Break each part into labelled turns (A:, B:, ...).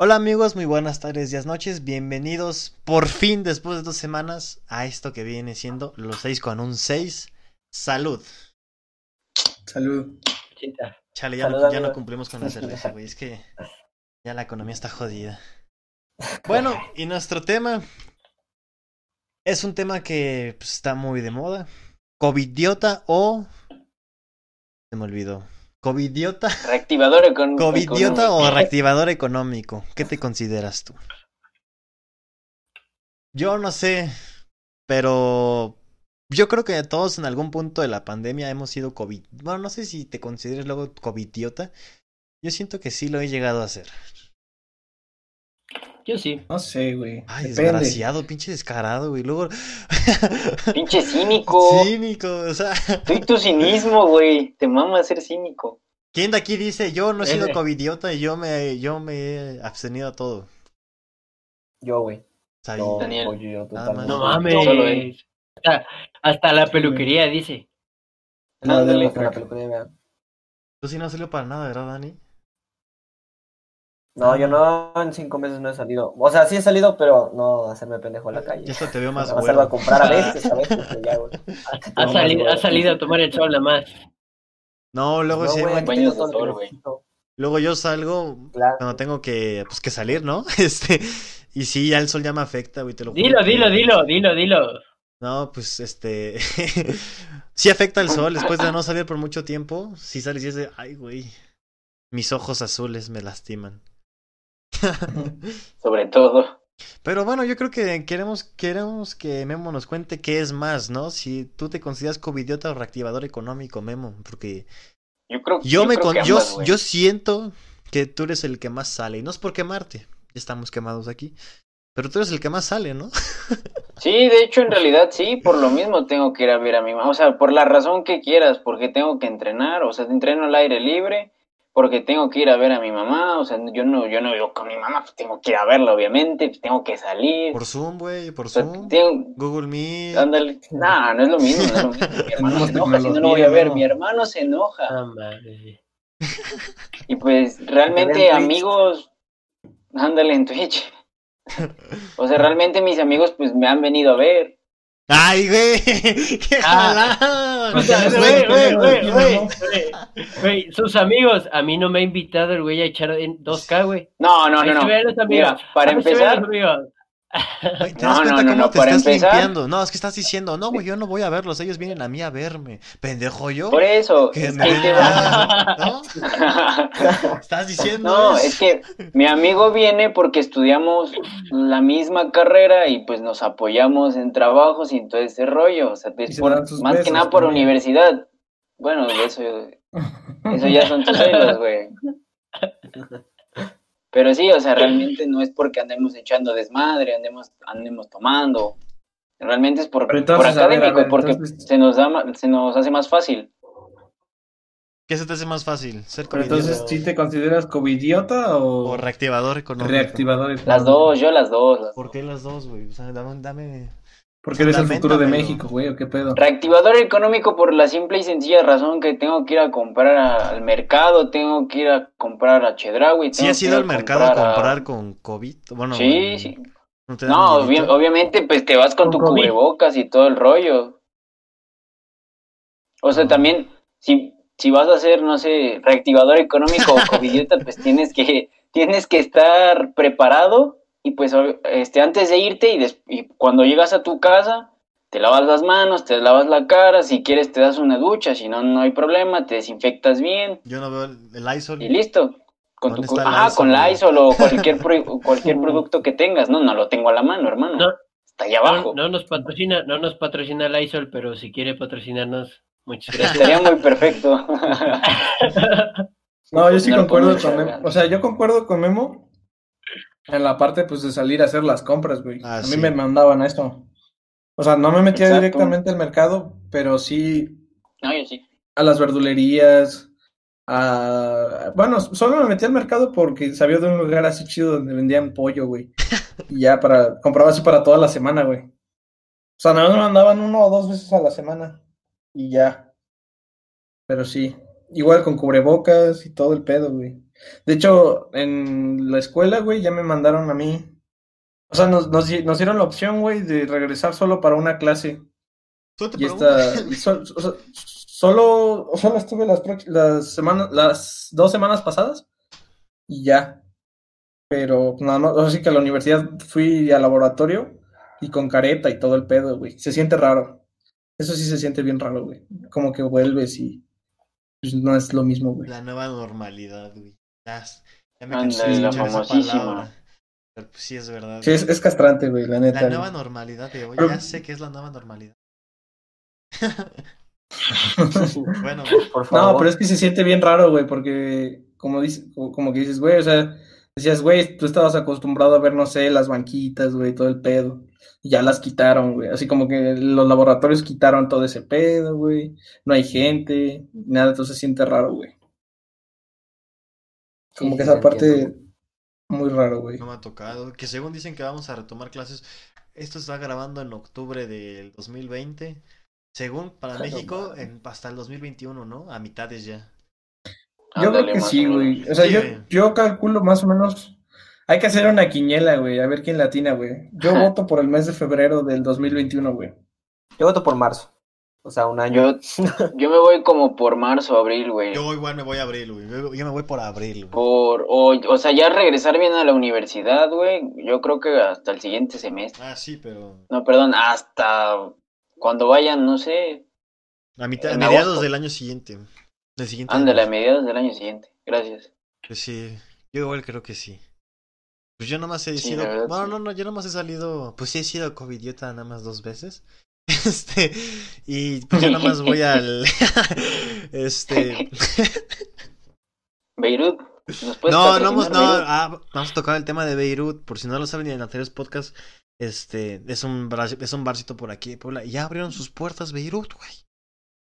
A: Hola amigos, muy buenas tardes, días, noches, bienvenidos por fin después de dos semanas a esto que viene siendo los seis con un 6. Salud.
B: Salud.
C: Chita.
A: Chale, ya, no-
C: Salud,
A: ya no
C: amigo.
A: cumplimos con la cerveza, güey, es que ya la economía está jodida. Bueno, y nuestro tema es un tema que pues, está muy de moda. Covidiota o... Se me olvidó. Covidiota,
C: Reactivador con
A: covidiota o reactivador económico. ¿Qué te consideras tú? Yo no sé, pero yo creo que todos en algún punto de la pandemia hemos sido COVID. Bueno, no sé si te consideres luego covidiota. Yo siento que sí lo he llegado a hacer.
C: Yo sí.
B: No sé, güey.
A: Ay,
B: Depende.
A: desgraciado, pinche descarado, güey. Luego.
C: Pinche cínico.
A: Cínico, o sea.
C: Tú y tu cinismo, güey. Te mama ser cínico.
A: ¿Quién de aquí dice yo no he sido
C: Ese.
A: covidiota y yo me, yo me he abstenido a todo?
D: Yo, güey.
A: Sabía.
D: No,
C: Daniel.
D: oye, yo
A: Nada más.
D: totalmente.
A: No
C: No
E: mames.
C: Solo él.
E: Hasta, hasta la peluquería dice.
D: No, no,
C: Ándale,
D: no, la
C: crack.
D: peluquería, mira.
A: Tú sí no has salido para nada, ¿verdad, Dani?
D: No, yo no, en cinco meses no he salido. O sea, sí he salido, pero no hacerme pendejo en la
A: Ya
D: calle.
A: hasta te veo más
D: Nada más salgo a
A: bueno.
D: comprar a veces, a veces, y ya, güey.
E: Ha,
D: No,
E: salido,
D: güey.
E: ha salido a tomar el sol nada más.
A: No, luego
D: No,
A: sí,
D: güey,
A: güey.
D: aquí
C: Baños de
D: todo el
C: sol, güey.
D: fresquito,
A: luego yo salgo
D: claro.
A: cuando tengo que, pues, que salir, ¿no? Este, y sí, ya el sol ya me afecta, güey, te lo juro
E: Dilo,
A: que-
E: dilo, dilo, dilo, dilo.
A: No, pues, este, sí afecta el sol después de no salir por mucho tiempo, sí sales y es de, ay, güey, mis ojos azules me lastiman.
C: Sobre todo.
A: Pero bueno, yo creo que queremos, queremos que Memo nos cuente qué es más, ¿no? Si tú te consideras covidiota o reactivador económico, Memo, porque
C: Yo creo
A: yo me
C: creo
A: con-
C: que
A: yo,
C: ambas, güey.
A: yo siento que tú eres el que más sale, y no es por quemarte, ya estamos quemados aquí, pero tú eres el que más sale, ¿no?
C: Sí, de hecho, en realidad sí. Por lo mismo tengo que ir a ver a mi mamá. O sea, por la razón que quieras. Porque tengo que entrenar. O sea, entreno al aire libre. Porque tengo que ir a ver a mi mamá. O sea, yo no, yo no vivo con mi mamá. Pues tengo que ir a verla, obviamente. Pues tengo que salir.
A: Por Zoom, güey, por
C: o sea,
A: Zoom,
C: tengo,
A: Google Meet.
C: Ándale. Nah, no es lo mismo, no es lo mismo. Mi
B: Tenemos
C: hermano se enoja si no lo voy
B: tecnología,
C: a ver.
B: ¿no?
C: Mi hermano se enoja.
E: Ah, madre.
C: Y pues
D: Te ve
C: realmente
D: en Twitch.
C: amigos, ándale en Twitch. O sea, realmente mis amigos pues me han venido a ver.
A: ¡Ay, güey! ¡Qué
E: Ah.
A: jalada!
E: O sea,
B: Ustedes
E: güey,
B: ven cómo
E: güey,
B: lo
E: güey,
B: tienen,
E: güey,
B: ¿no?
E: güey. Güey, sus amigos, a mí no me ha invitado el güey a echar en 2K, güey.
C: No, no,
E: Ahí
C: no,
E: se
C: no.
E: ven los amigos.
C: Mira, para
E: Ahí se ven los
C: empezar,
E: amigos.
A: Güey, ¿Te
C: No,
A: das
C: no,
A: cuenta
C: no,
A: cómo
C: no,
A: te
C: para
A: estás
C: empezar-
A: limpiando? No, es que estás diciendo, no, güey, yo no voy a verlos, ellos vienen a mí a verme. Pendejo yo.
C: por eso,
A: Que
C: es que
A: me
C: ahí te va.
A: vean, ¿no? Estás diciendo.
C: No,
A: eso?
C: es que mi amigo viene porque estudiamos la misma carrera y pues nos apoyamos en trabajos y en todo ese rollo. O sea, pues,
B: Y se
C: por-
B: dan sus
C: más que
B: besos
C: nada por
B: también.
C: universidad. Bueno, eso Eso ya son tus celos, güey. Pero sí, o sea, realmente no es porque andemos echando desmadre, andemos, andemos tomando. Realmente es por,
B: Pero entonces,
C: por
B: a ver, a
C: académico,
B: ver,
C: porque
B: entonces-
C: se, nos da, ma- se nos hace más fácil.
A: ¿Qué se te hace más fácil? ¿Ser
B: Pero
A: covidiota
B: entonces, ¿sí te consideras covidiota
A: o
B: o
A: reactivador económico?
B: reactivador?
C: Las dos, yo las dos. las
A: ¿Por
C: dos.
A: qué las dos, güey? O sea, dame. dame-
B: Porque eres el futuro de
A: Fundamentamelo.
B: México, güey, ¿o qué pedo?
C: Reactivador económico por la simple y sencilla razón que tengo que ir a comprar a- al mercado, tengo que ir a comprar a Chedraui.
A: ¿Sí has ido al mercado a comprar con COVID? Bueno,
C: Sí, sí.
A: ¿no te da
C: No, obvi-
A: miedito?
C: obviamente, pues te vas con
E: Con
C: tu
E: COVID.
C: cubrebocas y todo el rollo. O
E: Ah.
C: sea, también, si, si vas a ser, no sé, reactivador económico o covidiota, pues tienes que, tienes que estar preparado y pues ob- este, antes de irte y, des- y cuando llegas a tu casa, te lavas las manos, te lavas la cara, si quieres te das una ducha, si no, no hay problema, te desinfectas bien
A: Yo no veo el el Lysol.
C: y listo. Con tu
A: ¿Dónde
C: cu-
A: está el
C: ajá,
A: Lysol,
C: con
A: güey?
C: Lysol o cualquier, pro- cualquier producto que tengas. No, no lo tengo a la mano, hermano.
E: No.
C: Está allá abajo.
E: No, no nos patrocina, no nos patrocina Lysol, pero si quiere patrocinarnos, muchas gracias.
C: Estaría muy perfecto.
B: No, yo sí
C: No lo
B: concuerdo
C: podemos
B: con Memo.
C: cargar.
B: O sea, yo concuerdo con Memo en la parte, pues, de salir a hacer las compras, güey.
A: Ah,
B: a mí
A: sí.
B: me mandaban a eso. O sea, no me metía
C: Exacto.
B: directamente al mercado, pero sí
C: No, yo sí.
B: a las verdulerías, a... Bueno, solo me metí al mercado porque sabía de un lugar así chido donde vendían pollo, güey. Y ya para... compraba así para toda la semana, güey. O sea, nada más me mandaban uno o dos veces a la semana. Y ya. Pero sí. Igual con cubrebocas y todo el pedo, güey. De hecho, en la escuela, güey, ya me mandaron a mí. O sea, nos, nos, di- nos dieron la opción, güey, de regresar solo para una clase.
A: Solo te
B: Y
A: pregunto.
B: esta, y sol- o sea, solo, solo estuve las, prox- las semanas, las dos semanas pasadas y ya. Pero nada más, así que a la universidad fui al laboratorio y con careta y todo el pedo, güey. Se siente raro. Eso sí se siente bien raro, güey. Como que vuelves y pues, no es lo mismo, güey.
A: La nueva normalidad, güey. Ya, ya me
C: Ándale,
A: cansé de
C: la
A: escuchar esa
C: famosísima.
A: palabra. Pero pues sí, es verdad.
B: Sí, es, es castrante, güey, la neta.
A: La
B: güey.
A: nueva normalidad, digo,
B: Pero-
A: ya sé que es la nueva normalidad. Bueno, güey,
D: Por favor.
B: No, pero es que se siente bien raro, güey, porque como dices, como que dices, güey, o sea, decías, güey, tú estabas acostumbrado a ver, no sé, las banquitas, güey, todo el pedo. Y ya las quitaron, güey. Así como que los laboratorios quitaron todo ese pedo, güey. No hay gente, nada, entonces se siente raro, güey. Como
D: Sí,
B: que
D: sí,
B: esa
D: te
B: parte
D: entiendo.
B: muy raro, güey.
A: no me ha tocado. Que según dicen que vamos a retomar clases. Esto se va grabando en octubre del 2020. Según
B: Ah,
A: para
D: Claro,
A: México,
D: madre.
A: en- hasta el 2021, ¿no? A mitades ya.
B: Yo creo
C: Ándale,
B: que
C: más
B: sí,
C: o menos.
B: güey. O sea,
A: Sí,
B: yo,
A: güey.
B: yo calculo más o menos. Hay que hacer una quiniela, güey, a ver quién latina, güey. Yo voto por el mes de febrero del 2021, güey.
D: Yo voto por marzo. O sea,
A: Ah,
D: un año.
C: Yo, yo me voy como por marzo, abril, güey.
A: Yo igual me voy a abril, güey. Yo, yo me voy por abril, güey.
C: Por, o, o sea, ya regresar bien a la universidad, güey. Yo creo que hasta el siguiente semestre.
A: Ah, sí, pero.
C: No, perdón, hasta cuando vayan, no sé.
A: A, mitad, a
C: En
A: mediados
C: agosto.
A: del año siguiente. Del siguiente
C: Ándale, a
A: año.
C: mediados del año siguiente. Gracias.
A: Pues sí, yo igual creo que sí. Pues yo nomás he
C: Sí,
A: sido.
C: la verdad,
A: Bueno,
C: sí.
A: no, no, yo nomás he salido. Pues sí, he sido covidiota nada más dos veces. Este. Y pues yo nomás voy al. Este.
C: Beirut, ¿nos puedes
A: No, no
C: patrocinar,
A: hemos, no,
C: Beirut?
A: ah, vamos a tocar el tema de Beirut, por si no lo saben, y en anteriores podcasts, este, es un, bra- es un barcito por aquí de Puebla, y ya abrieron sus puertas Beirut, güey.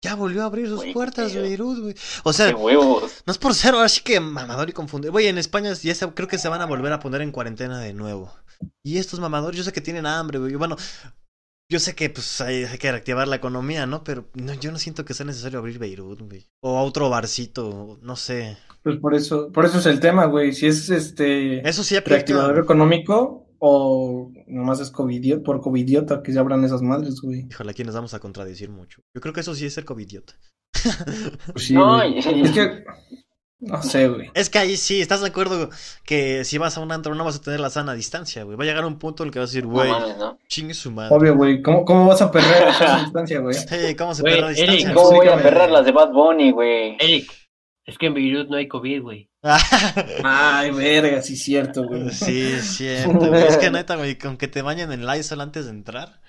A: Ya volvió a abrir sus
C: Güey, qué
A: puertas
C: pedo.
A: Beirut, güey. O
C: ¡Qué
A: sea,
C: huevos!
A: no es por ser ahora sí que mamador y confundir. Güey, en España ya se- creo que se van a volver a poner en cuarentena de nuevo. Y estos mamadores, yo sé que tienen hambre, güey. Bueno, yo sé que pues hay, hay que reactivar la economía, ¿no? Pero no, yo no siento que sea necesario abrir Beirut, güey. O otro barcito, no sé.
B: Pues por eso, por eso es el tema, güey. Si es este
A: Eso sí aplica.
B: reactivador económico o nomás es covidiota, por covidiota que se abran esas madres, güey.
A: Híjole, aquí nos vamos a contradecir mucho. Yo creo que eso sí es ser covidiota.
B: Pues sí,
C: No,
B: güey.
C: y-
B: es que no sé, güey.
A: Es que ahí sí, ¿estás de acuerdo que si vas a un antro no vas a tener la sana distancia, güey? Va a llegar un punto en el que vas a decir,
C: No
A: güey,
C: mames, ¿no?
A: chingue su madre.
B: Obvio, güey. ¿Cómo, cómo vas a perder esa distancia, güey?
A: Sí, Eh, ¿cómo se
E: Güey,
A: pierde la
E: Eric,
A: distancia?
C: ¿Cómo voy a
B: explícame.
C: perrar las de Bad Bunny, güey?
E: Eric, es que en Beirut no hay COVID, güey.
B: Ay, verga, sí es cierto, güey.
A: sí, es cierto. güey. Es que neta, güey, con que te bañen en Lysol antes de entrar,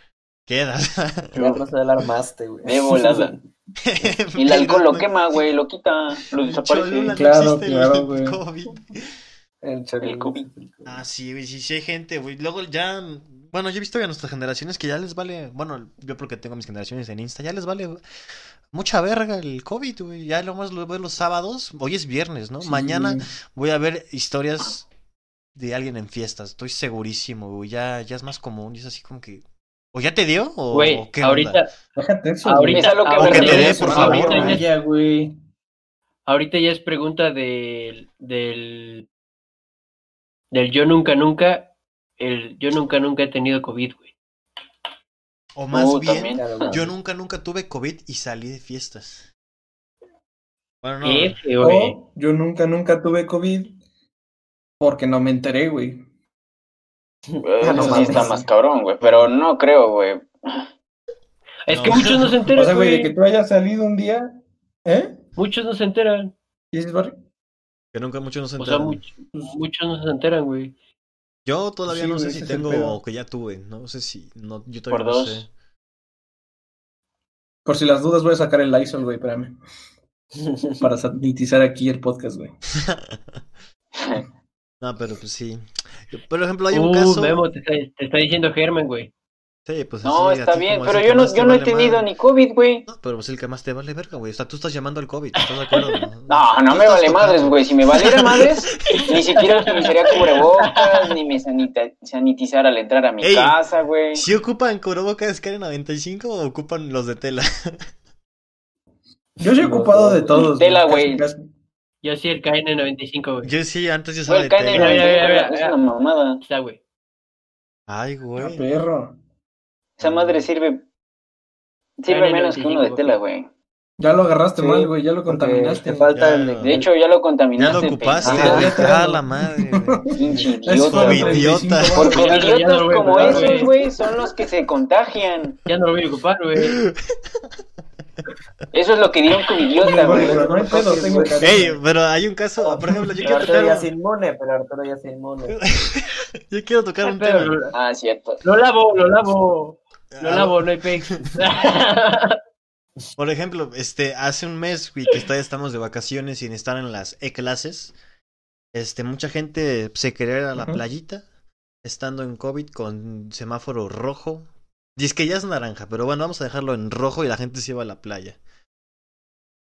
A: quedas.
D: Ya no se alarmaste, güey.
C: De volada. Y el alcohol lo quema, güey, lo quita, lo
A: Cholula, no
C: desaparece. Eh,
B: Claro,
A: existe el
B: claro, güey.
A: COVID.
D: El
C: El COVID.
A: Ah, sí, güey, sí, sí hay gente, güey. Luego ya, mm, bueno, yo he visto que a nuestras generaciones que ya les vale, bueno, yo porque tengo mis generaciones en Insta, ya les vale mucha verga el COVID, güey. Ya lo más lo veo los sábados, hoy es viernes, ¿no?
B: Sí,
A: Mañana
B: güey.
A: voy a ver historias de alguien en fiestas, estoy segurísimo, güey. Ya, ya es más común, y es así como que... ¿O ya te dio? ¿O,
E: Güey,
A: o Oh, qué onda?
E: ahorita,
B: Déjate eso,
E: ahorita,
C: Es a lo que me
E: ahorita
A: refiero,
E: ya es-
A: por favor,
E: ahorita Ah, ya
B: Ahorita
E: es-
B: ya, güey.
E: ahorita ya es pregunta del, del, del yo nunca nunca, el yo nunca nunca he tenido COVID, güey.
A: O más
C: No,
A: bien,
C: también.
A: yo nunca, nunca tuve COVID y salí de fiestas. Bueno, no.
E: F, güey.
B: O yo nunca, nunca tuve COVID porque no me enteré, güey.
C: Eh,
D: No
C: Eso sí
D: mames.
C: está más cabrón, güey, pero no creo, güey.
E: Es que
A: No.
E: muchos no se enteran,
B: O sea, güey, de
E: güey.
B: que tú hayas salido un día, ¿eh?
E: Muchos no se enteran.
B: ¿Y dices, Barry?
A: Que nunca muchos nos
E: O sea,
A: enteraron.
E: much- muchos no se enteran, güey.
A: Yo todavía
B: Sí,
A: no sé
B: güey,
A: si
B: ese es el
A: tengo
B: pedo.
A: o que ya tuve, no sé si no yo todavía
C: Por
A: no
C: dos.
A: sé.
B: Por si las dudas, voy a sacar el Lysol, güey, espérame. Para sanitizar aquí el podcast, güey.
A: No, pero pues sí. Yo, Por ejemplo, hay un
E: uh,
A: caso.
E: Memo, te está, te está diciendo germen, güey.
A: Sí, pues
C: No,
A: así, a
C: está
A: ti
C: bien,
A: como es
C: pero
A: el
C: yo
A: que
C: no,
A: más te
C: yo no he
A: vale
C: tenido
A: madre.
C: ni COVID, güey.
A: No, pero pues el que más te vale verga, güey. O sea, tú estás llamando al COVID, ¿estás de acuerdo?
C: No, no
A: Tú
C: me
A: estás
C: vale
A: tocando.
C: madres, güey. Si me valiera madres, ni siquiera utilizaría cubrebocas, ni me sanita- sanitizar al entrar a mi
A: Ey.
C: casa, güey.
A: Si ocupan cubrebocas N95 o ocupan los de tela.
B: Yo soy ocupado de todos.
C: Tela,
B: casi,
C: güey.
B: casi.
E: Yo sí, el KN95, güey.
A: Yo sí, antes yo
C: Güey,
A: usaba
C: el
A: de
C: KN95
A: tela.
E: Mira, mira, mira, mira,
C: es
E: mira.
C: una mamada.
E: Está, güey.
A: Ay,
B: Ah,
C: pues,
A: güey.
B: perro.
C: Esa madre sirve. Sirve menos que uno de
E: KN95,
C: tela, güey.
B: Ya lo agarraste
D: Sí,
B: mal, güey, ya lo
D: porque
B: contaminaste.
D: Te falta el
A: Ya.
C: De hecho, ya lo
A: Ya lo
C: contaminaste.
A: ocupaste.
C: pendejo.
A: güey.
B: Ah,
A: Ah, la madre, güey.
C: Pinche
B: Es
C: idiota,
A: como
C: güey.
A: mi tío. idiota.
C: Por
E: Ya no, ya
C: idiotas
E: no lo voy a
C: como
E: ocupar,
C: esos,
E: güey.
C: güey, son los que se contagian.
E: Ya no lo voy a ocupar, güey.
C: Eso es lo que diría un covidiota, güey.
B: Güey, no hay pedo, tengo que hacer.
A: Ey, pero hay un caso, por ejemplo, yo
D: Pero
A: quiero
D: Arturo ya
A: tocar,
D: es inmune, pero Arturo ya es inmune.
A: yo quiero tocar un
E: Pero
A: tema.
E: lo,
C: Ah, cierto.
E: lo lavo, lo lavo. Lo
A: Ah,
E: lavo, no hay pex.
A: Por ejemplo, este, hace un mes, güey, que todavía estamos de vacaciones sin estar en las E-clases, este, mucha gente se quería ir a la
B: Ujú.
A: playita, estando en COVID con semáforo rojo. Dice que ya es naranja, pero bueno, vamos a dejarlo en rojo y la gente se iba a la playa.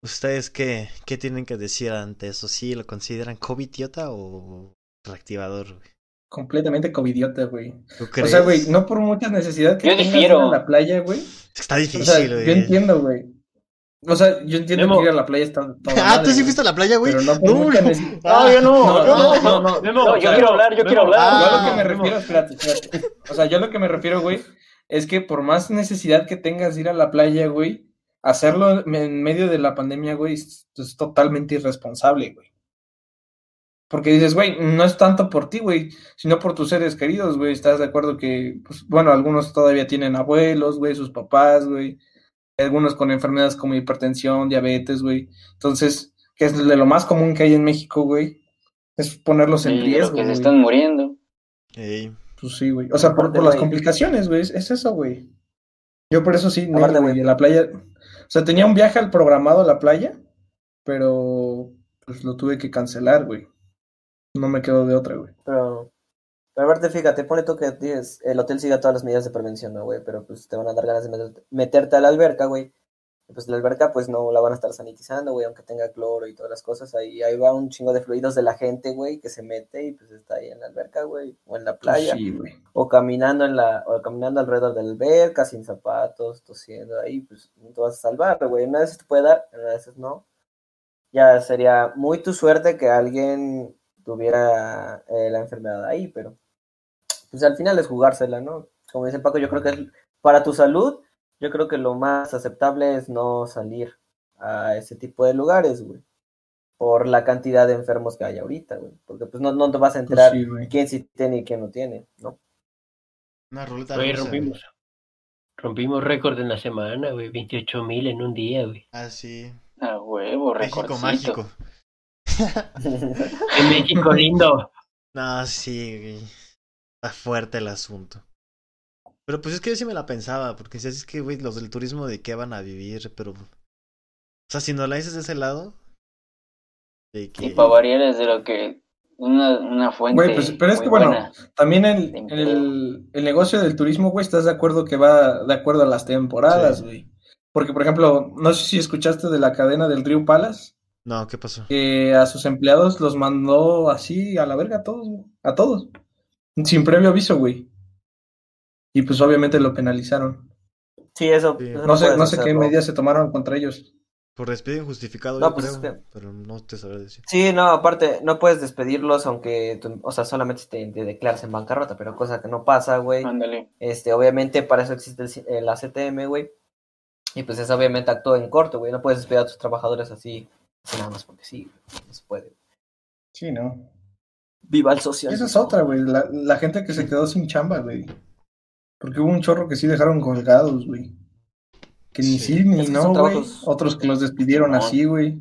A: ¿Ustedes qué, qué tienen que decir ante eso? ¿Sí lo consideran COVID idiota o reactivador, güey?
B: Completamente covidiota, güey.
A: ¿Tú
B: O
A: crees?
B: sea, güey, no por mucha necesidad que
C: Yo
B: tengas
C: difiero.
B: ir a la playa, güey.
A: Está
B: O sea,
A: difícil, güey.
B: yo entiendo, güey. O sea, yo entiendo
E: Memo.
B: que ir a la playa está toda
A: Ah,
B: madre,
A: ¿tú sí
B: güey,
A: fuiste a la playa, güey?
B: Pero no por
A: No,
B: mucha
A: no.
B: necesidad.
A: Ah, yo
B: No, no, no, no.
E: Memo,
C: No, yo
E: espera.
C: quiero hablar, yo
E: Memo, ah,
C: quiero hablar.
B: Yo a lo que me
E: Memo.
B: refiero, espérate, espérate. O sea, yo a lo que me refiero, güey, es que por más necesidad que tengas de ir a la playa, güey, hacerlo en medio de la pandemia, güey, es, es totalmente irresponsable, güey. Porque dices, güey, no es tanto por ti, güey, sino por tus seres queridos, güey. ¿Estás de acuerdo que, pues, bueno, algunos todavía tienen abuelos, güey, sus papás, güey? Algunos con enfermedades como hipertensión, diabetes, güey. Entonces, que es de lo más común que hay en México, güey, es ponerlos en
C: Sí,
B: riesgo.
C: que se
B: güey.
C: están muriendo.
A: Ey.
B: Pues sí, güey. O sea, por,
D: Aparte,
B: por las
D: güey.
B: complicaciones, güey. Es, es eso, güey. Yo por eso sí, no,
D: Aparte,
B: güey.
D: güey.
B: en La playa. O sea, tenía un viaje al programado a la playa, pero pues lo tuve que cancelar, güey. No me quedo de otra, güey. Pues
D: Pero, pero aparte, fíjate, pone tú que dices, el hotel siga todas las medidas de prevención, ¿no, güey? Pero pues te van a dar ganas de meterte, meterte a la alberca, güey. Y, Pues la alberca, pues no la van a estar sanitizando, güey, aunque tenga cloro y todas las cosas. Ahí, ahí va un chingo de fluidos de la gente, güey, que se mete y pues está ahí en la alberca, güey, o en la playa,
B: Sí, güey. Pues
D: o caminando en la, o caminando alrededor de la alberca, sin zapatos, tosiendo ahí, pues no te vas a salvar, güey. Una vez te puede dar, una vez no. Ya sería muy tu suerte que alguien tuviera eh, la enfermedad ahí, pero pues al final es jugársela, ¿no? Como dice Paco, yo creo que es- para tu salud, yo creo que lo más aceptable es no salir a ese tipo de lugares, güey. Por la cantidad de enfermos que hay ahorita, güey. Porque pues no, no te vas a
B: Pues
D: enterar
B: sí, güey.
D: quién sí tiene y quién no tiene, ¿no?
A: Una ruleta
E: Güey,
A: rusa, güey.
E: rompimos. Rompimos récord en la semana, güey. 28 mil en un día, güey.
A: Ah, sí.
C: A huevo,
A: México
C: recorcito.
A: mágico.
E: En México lindo.
A: No, sí, güey. Está fuerte el asunto. Pero pues es que yo sí me la pensaba, porque si es que, güey, los del turismo de qué van a vivir, pero... O sea, si no la dices de ese lado... De que...
C: Y para variar es de lo que una, una fuente.
B: Güey, pues, pero es
C: muy
B: que, bueno,
C: buena.
B: También el,
C: De empleo.
B: el, el negocio del turismo, güey, estás de acuerdo que va de acuerdo a las temporadas,
A: Sí.
B: güey. Porque, por ejemplo, no sé si escuchaste de la cadena del Río Palace.
A: No, ¿qué pasó?
B: que a sus empleados los mandó así a la verga a todos, güey, a todos, sin previo aviso, güey. Y pues obviamente lo penalizaron.
D: Sí, eso.
A: Sí.
D: eso
B: No sé,
D: puedes
B: no sé qué
D: hacerlo.
B: medidas se tomaron contra ellos.
A: Por despido injustificado,
D: No,
A: yo
D: pues,
A: creo,
D: es que-
A: pero no te sabré decir.
D: Sí, no, aparte, no puedes despedirlos aunque, tu- o sea, solamente te, te declaras en bancarrota, pero cosa que no pasa, güey.
C: Ándale.
D: Este, obviamente para eso existe el, C- el ACTM, güey. Y pues eso obviamente actúa en corto, güey. No puedes despedir a tus trabajadores así, así nada más porque sí, güey. no se puede.
B: Sí, no.
D: Viva el social.
B: Esa es otra, güey. La, la gente que se quedó sin chamba, güey. Porque hubo un chorro que sí dejaron colgados, güey. Que ni
A: Sí.
B: sí, ni
D: Es que
B: no,
D: son
B: güey.
D: trabajos-
B: Otros que los despidieron
C: No.
B: así, güey.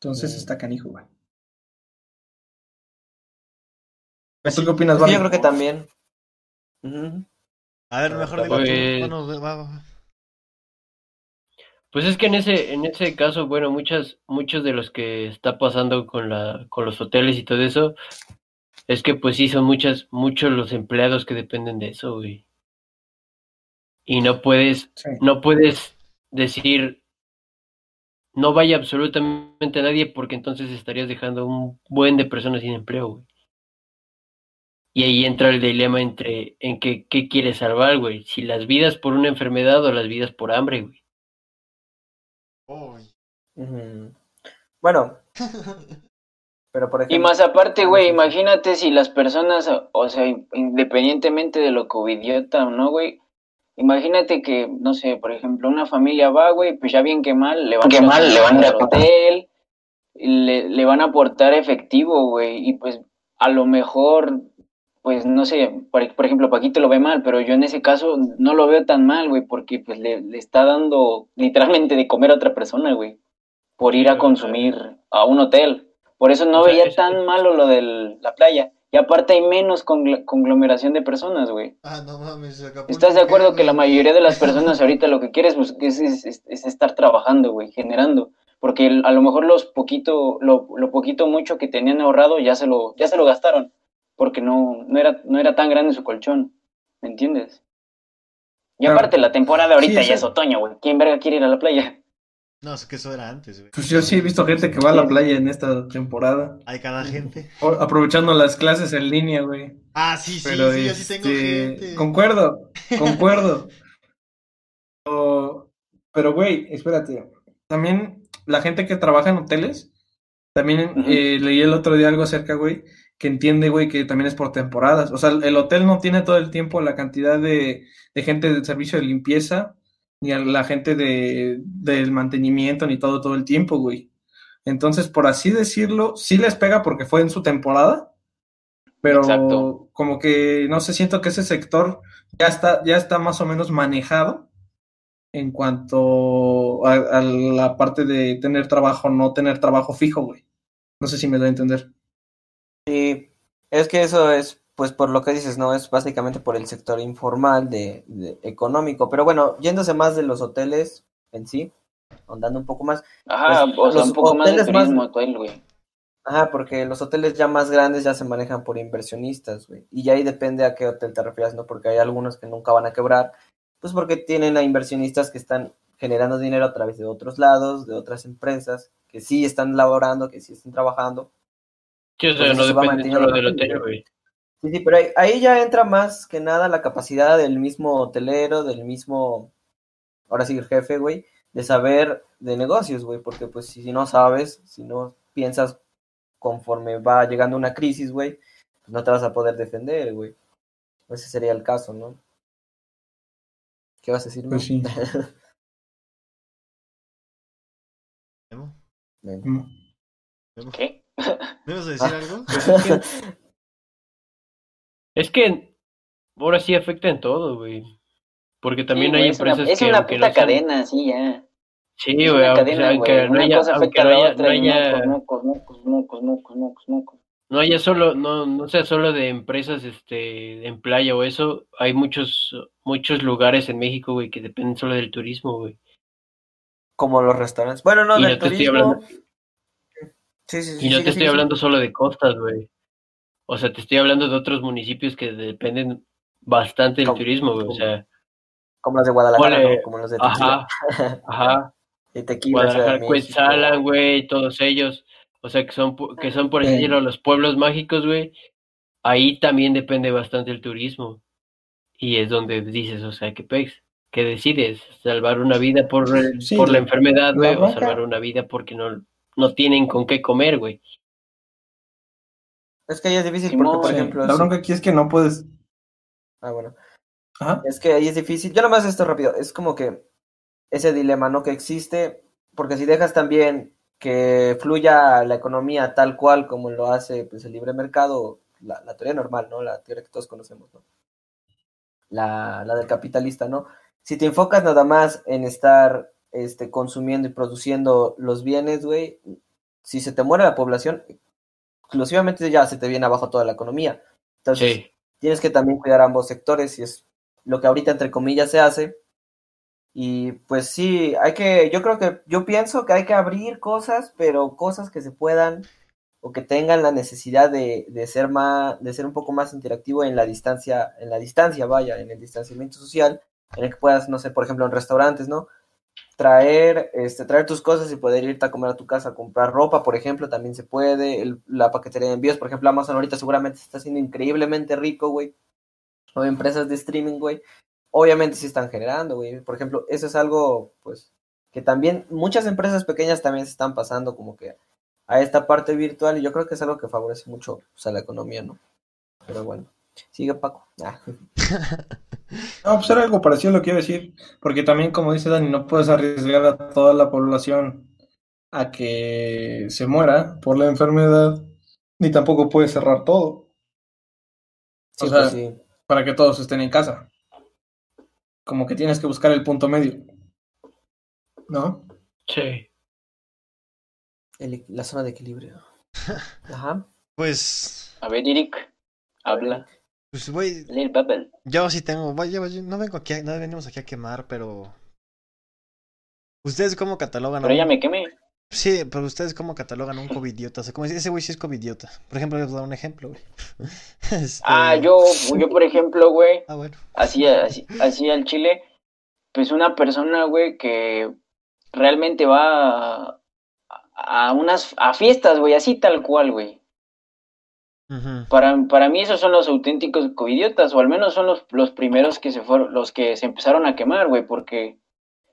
B: Entonces
D: Sí.
B: está canijo, güey.
A: Pues
B: ¿Tú
A: sí.
B: qué opinas,
D: Pues Sí, yo
B: Vale?
D: creo que también. Ujú.
A: A
B: Ah,
A: ver, mejor dilo tú.
E: Pues-
A: Bueno, va, va, va.
E: Pues es que en ese, en ese caso, bueno, muchas, muchos de los que está pasando con la, con los hoteles y todo eso, es que pues sí son muchas, muchos los empleados que dependen de eso, güey. Y no puedes,
B: Sí.
E: no puedes decir no vaya absolutamente nadie porque entonces estarías dejando un buen de personas sin empleo, güey. Y ahí entra el dilema entre en que qué quieres salvar, güey, si las vidas por una enfermedad o las vidas por hambre, güey.
A: Uy.
D: Ujú. Bueno, Pero por
C: Y
D: ejemplo,
C: más aparte, güey, imagínate si las personas, o sea, independientemente de lo covidiota o no, güey, imagínate que, no sé, por ejemplo, una familia va, güey, pues ya bien que mal, le van,
F: Que mal, le van a
C: al hotel, le, le van a aportar efectivo, güey, y pues a lo mejor, pues no sé, por, por ejemplo, Paquito lo ve mal, pero yo en ese caso no lo veo tan mal, güey, porque pues le, le está dando literalmente de comer a otra persona, güey, por ir a consumir a un hotel. Por eso no
E: O sea,
C: veía
E: es-
C: tan malo lo de la playa. Y aparte hay menos congl- conglomeración de personas, güey.
A: Ah, no mames, Acapulco,
C: ¿Estás de
A: ¿qué,
C: acuerdo que
A: güey?
C: la mayoría de las personas ahorita lo que quieres bus- es, es- es- es estar trabajando, güey, generando? Porque el- a lo mejor los poquito, lo, lo poquito mucho que tenían ahorrado ya se lo, ya se lo gastaron. Porque no, no, era, no era tan grande su colchón. ¿Me entiendes? Y
B: Claro.
C: aparte, la temporada ahorita
B: Sí,
C: ya
B: sí.
C: es otoño, güey. ¿Quién verga quiere ir a la playa?
A: No, es que eso era antes, güey.
B: Pues yo sí he visto gente que va a la playa en esta temporada.
A: Hay cada gente.
B: O- aprovechando las clases en línea, güey.
A: Ah, sí, sí,
B: Pero
A: sí, yo sí tengo
B: este,
A: gente.
B: Concuerdo, concuerdo. O- pero, güey, espérate. También la gente que trabaja en hoteles, también
C: Ujú.
B: eh, leí el otro día algo acerca, güey, que entiende, güey, que también es por temporadas. O sea, el hotel no tiene todo el tiempo la cantidad de, de gente del servicio de limpieza, ni a la gente de, del mantenimiento, ni todo, todo el tiempo, güey. Entonces, por así decirlo, sí les pega porque fue en su temporada, pero
C: Exacto.
B: como que no sé, siento que ese sector ya está, ya está más o menos manejado en cuanto a, a la parte de tener trabajo, no tener trabajo fijo, güey. No sé si me da a entender.
D: sí, es que eso es, pues por lo que dices, ¿no? Es básicamente por el sector informal de, de- económico. Pero bueno, yéndose más de los hoteles en sí, andando un poco más.
C: Ajá,
D: Pues,
C: o sea,
D: los
C: un poco más de
D: hoteles más-
C: turismo hotel, güey.
D: Ajá, porque los hoteles ya más grandes ya se manejan por inversionistas, güey. Y ya ahí depende a qué hotel te refieras, ¿no? Porque hay algunos que nunca van a quebrar, pues porque tienen a inversionistas que están generando dinero a través de otros lados, de otras empresas, que sí están laborando, que sí están trabajando.
E: Sí, o sea,
D: Pues
E: no
D: eso va
E: depende
D: manteniendo
E: solo
D: la
E: del
D: gente,
E: hotel,
D: güey.
E: güey.
D: Sí, sí, pero ahí, ahí ya entra más que nada la capacidad del mismo hotelero, del mismo, ahora sí, el jefe, güey, de saber de negocios, güey, porque pues si, si no sabes, si no piensas conforme va llegando una crisis, güey, pues no te vas a poder defender, güey. Ese sería el caso, ¿no? ¿Qué vas a decir,
B: Pues
D: Memo?
B: sí.
A: Memo,
D: Memo.
B: Mm.
C: ¿Qué?
A: ¿Me ibas a
C: Ah.
A: decir algo?
E: Es que ahora sí afecta en todo, güey. Porque también
C: Sí,
E: hay
C: güey, es una-
E: empresas
C: Es
E: que
C: una
E: aunque
C: puta
E: no sean-
C: cadena, sí, ya.
E: Sí,
C: Es
E: güey,
C: una
E: aunque,
C: cadena,
E: aunque
C: güey.
E: no
C: Una
E: haya,
C: cosa
E: aunque
C: afecta a
E: no
C: la
E: haya, no
C: otra y pues,
E: haya,
C: mocos, mocos, mocos, mocos, mocos, mocos.
E: no haya solo, no, no sea solo de empresas, este, en playa o eso, hay muchos, muchos lugares en México, güey, que dependen solo del turismo, güey.
D: Como los restaurantes. Bueno, no,
E: Y
D: del
E: no te estoy
D: turismo.
E: hablando-
D: Sí, sí, sí.
E: Y no
D: sigue,
E: te
D: sigue,
E: estoy hablando solo de costas, güey. O sea, te estoy hablando de otros municipios que dependen bastante del
D: Como-
E: turismo, güey. O sea,
D: sigue. Como los de Guadalajara,
E: Ponle-
D: ¿no? Como los de Tequila.
E: ajá, ajá.
D: De Tequila, Ciudad de
E: Guadalajara,
D: México.
E: Cuetzalan, güey, todos ellos, o sea, que son, pu- que son por
B: Sí.
E: decirlo, los pueblos mágicos, güey, ahí también depende bastante el turismo. Y es donde dices, o sea, que pex, que decides, salvar una vida por, el-
B: Sí,
E: por la
B: la-
E: enfermedad,
B: la
E: güey, o
B: bronca-
E: salvar una vida porque no, no tienen con qué comer, güey.
D: Es que ahí es difícil
C: Simón,
D: porque, por
B: Sí,
D: ejemplo...
B: la
D: si-
B: bronca aquí es que no puedes.
D: Ah, bueno.
B: Ajá.
D: Es que ahí es difícil. Yo nomás esto rápido. Es como que ese dilema, ¿no? Que existe. Porque si dejas también que fluya la economía tal cual como lo hace pues, el libre mercado, la, la teoría normal, ¿no? La teoría que todos conocemos, ¿no? La, la del capitalista, ¿no? Si te enfocas nada más en estar este, consumiendo y produciendo los bienes, güey, si se te muere la población, exclusivamente ya se te viene abajo toda la economía. Entonces,
E: Sí,
D: tienes que también cuidar ambos sectores y es lo que ahorita entre comillas se hace. Y pues sí, hay que, yo creo que, yo pienso que hay que abrir cosas, pero cosas que se puedan o que tengan la necesidad de, de ser más, de ser un poco más interactivo en la distancia, en la distancia, vaya, en el distanciamiento social, en el que puedas, no sé, por ejemplo, en restaurantes, ¿no? Traer, este, traer tus cosas y poder irte a comer a tu casa, comprar ropa, por ejemplo, también se puede, el- la paquetería de envíos, por ejemplo, Amazon ahorita seguramente está haciendo increíblemente rico, güey o empresas de streaming, güey, obviamente sí están generando, güey. Por ejemplo, eso es algo, pues, que también muchas empresas pequeñas también se están pasando como que a esta parte virtual y yo creo que es algo que favorece mucho pues, a la economía, ¿no? Pero bueno, sigue Paco. Ah.
B: No, pues era algo parecido a lo que iba a decir, porque también, como dice Dani, no puedes arriesgar a toda la población a que se muera por la enfermedad, ni tampoco puedes cerrar todo.
D: Sí,
B: O sea,
D: pues, sí.
B: para que todos estén en casa. Como que tienes que buscar el punto medio. ¿No?
E: Sí.
D: El- la zona de equilibrio. Ajá.
A: Pues,
C: A ver, Eric, habla.
A: pues, güey,
C: Lil Babel.
A: yo sí tengo, güey, yo- yo no vengo aquí, a- no venimos aquí a quemar, pero... ¿Ustedes cómo catalogan? a
C: Pero ya
A: un-
C: me quemé.
A: Sí, pero ¿ustedes cómo catalogan a un covidiota? O sea, ¿cómo decir, ese güey sí es covidiota? Por ejemplo, les voy a dar un ejemplo, güey. Este,
C: Ah, yo, yo por ejemplo, güey,
A: Ah, bueno.
C: así, así, así al Chile, pues una persona, güey, que realmente va a, a unas a fiestas, güey, así tal cual, güey.
A: Ujú.
C: Para, para mí esos son los auténticos covidiotas, o al menos son los, los primeros que se fueron, los que se empezaron a quemar, güey, porque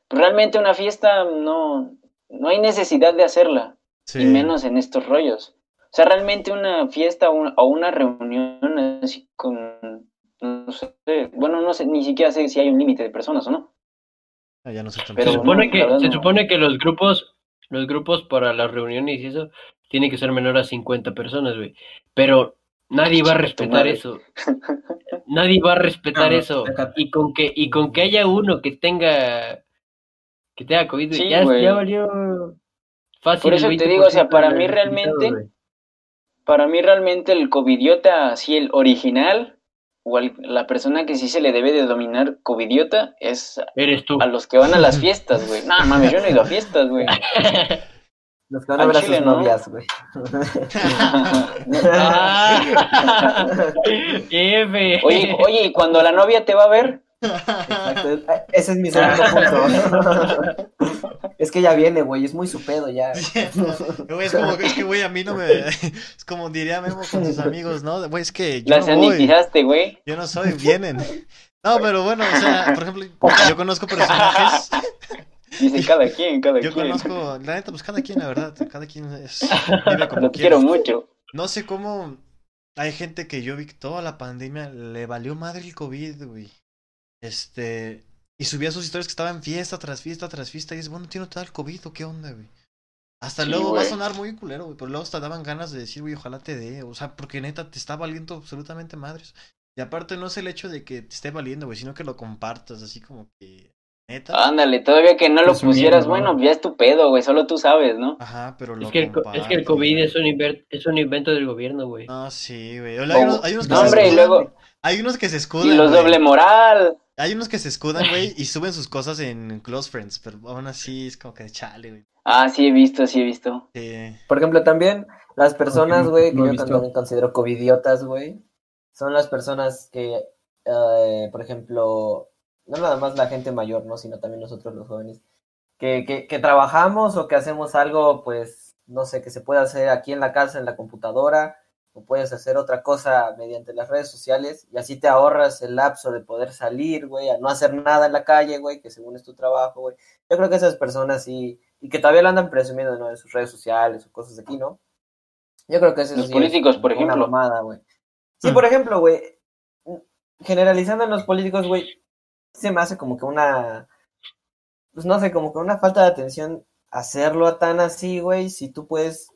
C: realmente una fiesta no, no hay necesidad de hacerla,
A: Sí.
C: y menos en estos rollos. O sea, realmente una fiesta o una, o una reunión así con, no sé, bueno, no sé, ni siquiera sé si hay un límite de personas o no.
A: Ah, ya no sé tan
E: Se
C: Pero
A: chido.
E: supone
C: no,
E: que,
C: la verdad
E: se
C: no.
E: supone que los grupos, los grupos para las reuniones y eso, tienen que ser menor a 50 personas, güey. Pero nadie va a respetar
C: madre.
E: eso. Nadie va a respetar
B: No,
E: eso.
B: déjate.
E: Y con que, y con que haya uno que tenga, que tenga COVID, güey,
C: Sí,
E: ya,
C: güey.
E: ya valió fácil.
C: Por eso
E: el
C: te digo, o sea,
E: 20%
C: para
E: de
C: mí
E: los
C: realmente-
E: invitados, güey.
C: Para mí realmente el covidiota, así el original, o el- la persona que sí se le debe de dominar covidiota, es
E: Eres tú.
C: a los que van a las fiestas, güey. No, mames, yo no he ido a fiestas, güey.
D: Los que van a
C: Al
D: ver a
C: chile,
D: sus
C: ¿no?
D: novias, güey.
E: Ah. F.
C: Oye, oye, ¿y cuando la novia te va a ver?
D: Exacto. Ah, Ese es mi segundo punto. es que ya viene, güey. Es muy su pedo ya.
A: Güey, es como, es que, güey, a mí no me... Es como diría Memo con sus amigos, ¿no? Güey, es que yo
C: La
A: no voy,
C: sanitizaste, güey.
A: yo no soy, vienen. No, pero bueno, o sea, por ejemplo, yo conozco personajes,
C: Dice cada quien, cada
A: yo
C: quien.
A: conozco, la neta, pues cada quien, la verdad, cada quien es, vive como
C: Lo
A: quiere.
C: quiero mucho.
A: No sé cómo hay gente que yo vi que toda la pandemia le valió madre el COVID, güey. Este, y subía sus historias que estaban fiesta tras fiesta tras fiesta y es, bueno, ¿tiene tal COVID o qué onda, güey? Hasta
C: Sí,
A: luego va a
C: güey.
A: sonar muy culero, güey, pero luego hasta daban ganas de decir, güey, ojalá te dé, o sea, porque neta te está valiendo absolutamente madres. Y aparte no es el hecho de que te esté valiendo, güey, sino que lo compartas, así como que, neta.
C: Ándale, todavía que no lo
B: Presumiendo,
C: pusieras,
B: ¿no?
C: bueno, ya es tu pedo, güey. Solo tú sabes, ¿no?
A: Ajá, pero lo
E: Es que, el, co- es que el
A: compartes,
E: COVID
A: güey.
E: es un, inver- es un invento del gobierno, güey.
C: Ah,
A: No, sí, güey. Hola, Hay unos, hay unos que
C: Oh, No,
A: se
C: hombre, y
A: escudan,
C: luego.
A: Hay unos que se escudan.
C: Y los
A: güey.
C: doble moral.
A: Hay unos que se escudan, güey, y suben sus cosas en Close Friends, pero aún así es como que chale, güey. Eh,
C: Ah, sí he visto, sí he visto.
A: Sí.
D: Por ejemplo, también las personas,
B: no-
D: güey, que
B: no he
D: yo
B: visto.
D: también considero covidiotas, güey, son las personas que, eh, por ejemplo, no nada más la gente mayor, ¿no? Sino también nosotros los jóvenes, que, que, que trabajamos o que hacemos algo, pues, no sé, que se puede hacer aquí en la casa, en la computadora, o puedes hacer otra cosa mediante las redes sociales, y así te ahorras el lapso de poder salir, güey, a no hacer nada en la calle, güey, que según es tu trabajo, güey. Yo creo que esas personas sí, y que todavía lo andan presumiendo, ¿no? En sus redes sociales o cosas de aquí, ¿no? Yo creo que eso
C: Los
D: sí
C: políticos, por
D: una
C: ejemplo. Hmm.
D: mamada, güey. Sí, por ejemplo, güey, generalizando en los políticos, güey, se me hace como que una, pues no sé, como que una falta de atención hacerlo a tan así, güey, si tú puedes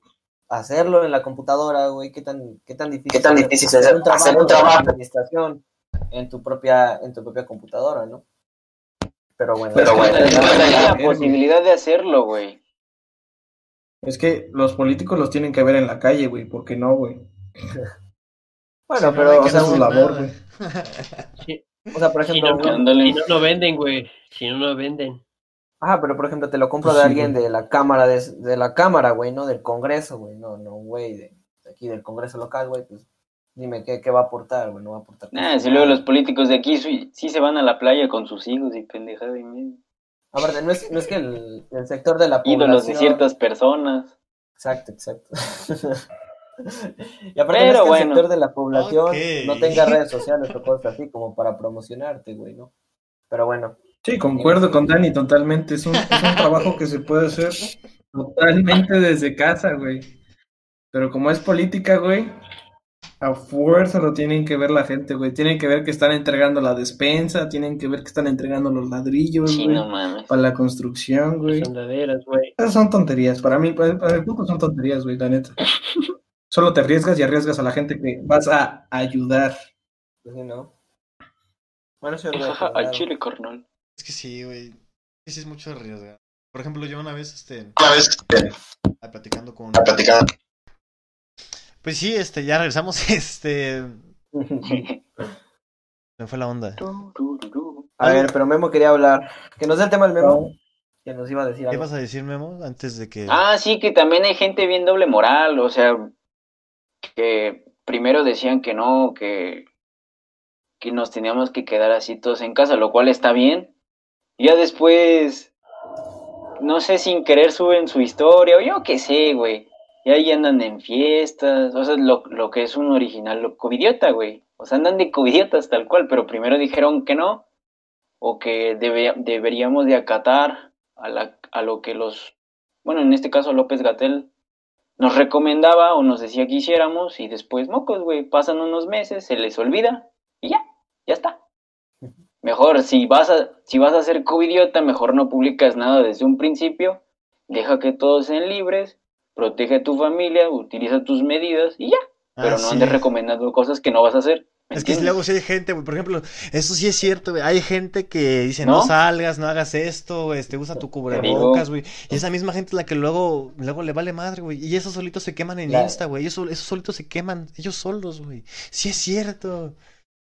D: hacerlo en la computadora, güey, qué tan, qué tan difícil,
F: ¿Qué tan difícil es hacer- hacer un
D: de
F: trabajo?
D: administración en tu propia, en tu propia computadora, ¿no? Pero bueno,
F: Pero bueno.
C: Ándale,
F: bueno,
C: ándale,
B: bueno,
C: la
B: bueno.
C: posibilidad de hacerlo, güey.
B: Es que los políticos los tienen que ver en la calle, güey, porque no, güey.
D: Bueno,
A: Si no, hay
D: pero, o
A: que
D: sea,
A: no hacer
B: un labor,
A: nada.
B: güey.
D: o sea, por
E: Si
D: ejemplo,
E: no,
D: un-
C: Ándale.
E: si no lo venden, güey. Si no lo venden.
D: Ajá, pero por ejemplo, te lo compro
B: Pues
D: de
B: sí,
D: alguien
B: güey.
D: de la cámara, de, de la cámara, güey, no del Congreso, güey, no, no, güey, de, de aquí del Congreso local, güey, pues dime qué, qué va a aportar, güey, no va a aportar.
C: Nah,
D: casi
C: Ah, si
A: Ah.
C: luego
D: nada.
C: los políticos de aquí sí, sí se van a la playa con sus hijos y pendejada y medio.
D: Aparte, no es, no es que el, el sector de la población...
C: Ídolos de ciertas personas.
D: Exacto, exacto. y aparte, no es
C: Pero
D: que
C: bueno.
D: el sector de la población
A: Ok.
D: no tenga redes sociales o cosas así como para promocionarte, güey, ¿no? Pero bueno,
B: Sí, concuerdo con Dani totalmente. Es un, es un trabajo que se puede hacer totalmente desde casa, güey. Pero como es política, güey, a fuerza lo tienen que ver la gente, güey. Tienen que ver que están entregando la despensa, tienen que ver que están entregando los ladrillos,
C: Sí,
B: güey,
C: no mames.
B: para la construcción, güey.
E: Las andaderas, güey.
B: Esas son tonterías, para mí, para, para el punto son tonterías, güey, la neta. Solo te arriesgas y arriesgas a la gente que vas a ayudar.
D: Pues sí, ¿no? Bueno, sí, güey,
C: Jaja,
D: claro.
C: al chile, carnal.
A: Es que sí, güey. Sí, sí es mucho arriesgar. Por ejemplo, yo una vez, este,
F: Una vez eh,
A: ah, platicando con...
F: platicando.
A: Pues sí, este, ya regresamos, este... Me fue la onda.
C: Tu, tu, tu, tu.
D: A ver, pero Memo quería hablar. Que nos dé el tema del Memo. Que nos iba a decir
A: ¿Qué
D: algo.
A: vas a decir, Memo? Antes de que...
C: Ah, sí, que también hay gente bien doble moral, o sea, que primero decían que no, que, que nos teníamos que quedar así todos en casa, lo cual está bien. Ya después, no sé, sin querer suben su historia, o yo qué sé, güey. Y ahí andan en fiestas, o sea, lo, lo que es un original lo, covidiota, güey. O sea, andan de covidiotas tal cual, pero primero dijeron que no, o que debe- deberíamos de acatar a, la, a lo que los bueno, en este caso López Gatel, nos recomendaba o nos decía que hiciéramos y después, mocos, güey, pasan unos meses, se les olvida y ya, ya está. Mejor, si vas a, si vas a ser covidiota, mejor no publicas nada desde un principio, deja que todos sean libres, protege a tu familia, utiliza tus medidas y ya, pero
A: Ah,
C: no
A: sí.
C: andes recomendando cosas que no vas a hacer. ¿me
A: Es que
C: entiendes?
A: luego sí hay gente, güey. Por ejemplo, eso sí es cierto, güey. Hay gente que dice, no,
C: ¿No?
A: salgas, no hagas esto, este, usa tu cubrebocas, güey. Y esa misma gente es la que luego, luego le vale madre, güey. Y esos solitos se queman en
D: La-
A: Insta, güey. Ellos, sol- esos solitos se queman, ellos solos, güey. Sí es cierto.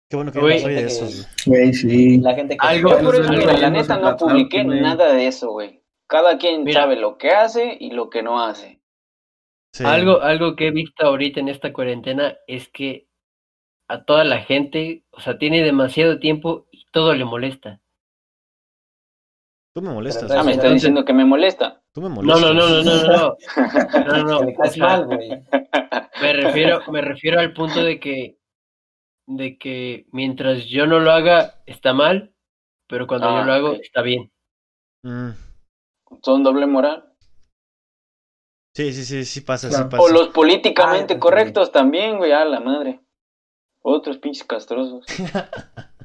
A: Qué bueno que yo
E: Güey,
A: no soy de
D: eh,
A: esos, güey.
B: Güey, sí.
D: La gente que.
E: Algo-
C: Yo por eso,
E: Algo
C: mira, la
B: hemos
C: neta no
B: tratado,
C: publiqué
B: güey.
C: nada de eso, güey. Cada quien
E: Mira.
C: sabe lo que hace y lo que no hace.
A: Sí.
E: Algo, algo que he visto ahorita en esta cuarentena es que a toda la gente, o sea, tiene demasiado tiempo y todo le molesta.
A: Tú me molestas.
D: Pero
C: Ah, me
A: güey.
C: está
E: Entonces-
C: diciendo que me molesta.
A: Tú me
E: No,
A: molestas.
E: no, no, no, no, no, no, no, no,
D: que le caes
E: o sea,
D: mal, güey.
E: Me refiero, me refiero al punto de que, de que mientras yo no lo haga está mal, pero cuando
C: Ah,
E: yo lo hago
C: ok.
E: está bien.
A: Mm.
C: Son doble moral.
A: Sí, sí, sí, sí pasa, sí
B: Claro.
A: pasa.
C: O los políticamente
D: Ah, ya te
C: correctos también, güey, a la madre. Otros pinches castrosos.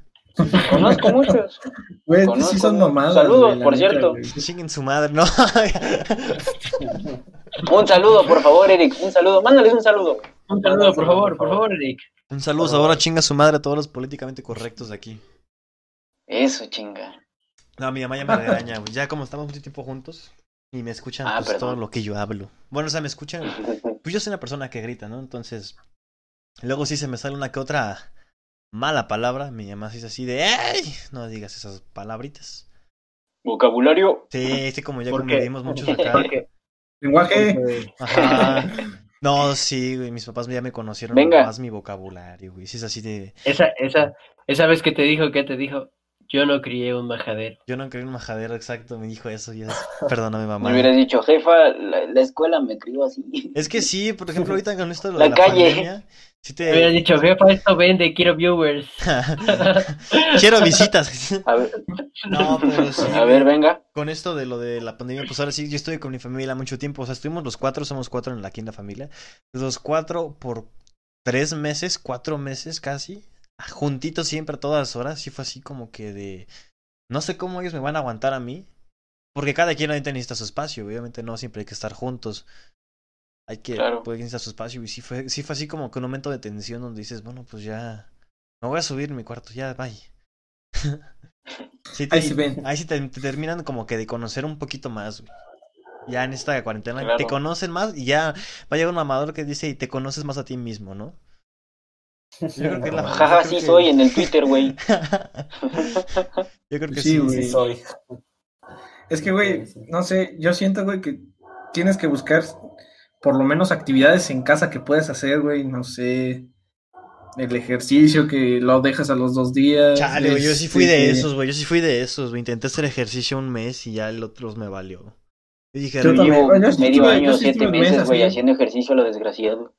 C: Conozco muchos.
B: Güey,
C: Conozco
B: sí son
C: muchos.
B: nomadas.
C: Saludos,
B: güey, la
C: por
B: neta,
C: cierto.
B: güey.
A: Chinguen su madre, no.
C: Un saludo, por favor, Eric. Un saludo. Mándales un saludo.
E: Un saludo, por favor, por favor, Eric.
A: Un saludo ahora chinga su madre a todos los políticamente correctos de aquí.
C: Eso, chinga.
A: No, mi mamá ya me regaña, güey. Ya como estamos mucho tiempo juntos y me escuchan
C: Ah,
A: pues,
C: perdón.
A: todo lo que yo hablo. Bueno, o sea, me escuchan. Pues yo soy una persona que grita, ¿no? Entonces, luego sí se me sale una que otra mala palabra. Mi mamá sí es así de ¡Ey! No digas esas palabritas.
C: Vocabulario.
A: Sí, sí, como ya
E: ¿Por qué?
A: convivimos muchos acá.
E: Porque
B: Lenguaje.
A: Ajá. No, sí, güey. Mis papás ya me conocieron
C: Venga.
A: más mi vocabulario, güey. Sí, es así de.
E: esa, esa, esa vez que te dijo, que te dijo? Yo no crié un majadero.
A: Yo no creí en un majadero exacto, me dijo eso. Y es... Perdóname, mamá.
C: Me hubieras dicho, jefa, la, la escuela me crió así.
A: Es que sí, por ejemplo, ahorita con esto de lo
C: La
A: de la
C: calle.
A: pandemia, sí
E: Me hubieras
A: te
E: dicho, jefa, esto vende, quiero viewers.
A: quiero visitas.
C: A ver,
A: No, pues, pero sí.
C: a ver, venga.
A: Con esto de lo de la pandemia, pues ahora sí, yo estuve con mi familia mucho tiempo. O sea, estuvimos los cuatro, somos cuatro en la, aquí en la familia. Los cuatro por tres meses, cuatro meses casi, juntitos siempre a todas horas. Sí fue así como que de. No sé cómo ellos me van a aguantar a mí. Porque cada quien ahorita necesita su espacio. Obviamente no siempre hay que estar juntos. Hay que
C: Claro.
A: poder necesitar su espacio. Y sí fue, sí fue así como que un momento de tensión donde dices, bueno, pues ya. Me voy a subir a mi cuarto, ya, bye. Sí te-
B: Ahí se ven.
A: Ahí sí te, te terminan como que de conocer un poquito más, güey. Ya en esta cuarentena
C: Claro.
A: te conocen más y ya va a llegar un amador que dice y te conoces más a ti mismo, ¿no? Yo creo que es la Ah, yo
C: Jaja,
A: creo
C: sí
A: que-
C: soy en el Twitter, güey.
A: Yo creo que
B: Sí,
A: sí.
B: güey.
D: Sí, soy.
B: Es que, güey, no sé, yo siento, güey, que tienes que buscar por lo menos actividades en casa que puedes hacer, güey, no sé. El ejercicio que lo dejas a los dos días.
A: Chale, güey, yo sí fui
B: este,
A: de esos, güey. Yo sí fui de esos, güey. Intenté hacer ejercicio un mes y ya el otro me valió. Y dije,
B: Yo
A: "Ay,
B: también,
C: Llevo
B: güey, yo sí
C: medio
B: estuve-
C: año,
B: yo sí
C: siete
B: estuve un mes
C: meses, güey,
B: así.
C: haciendo ejercicio a lo desgraciado.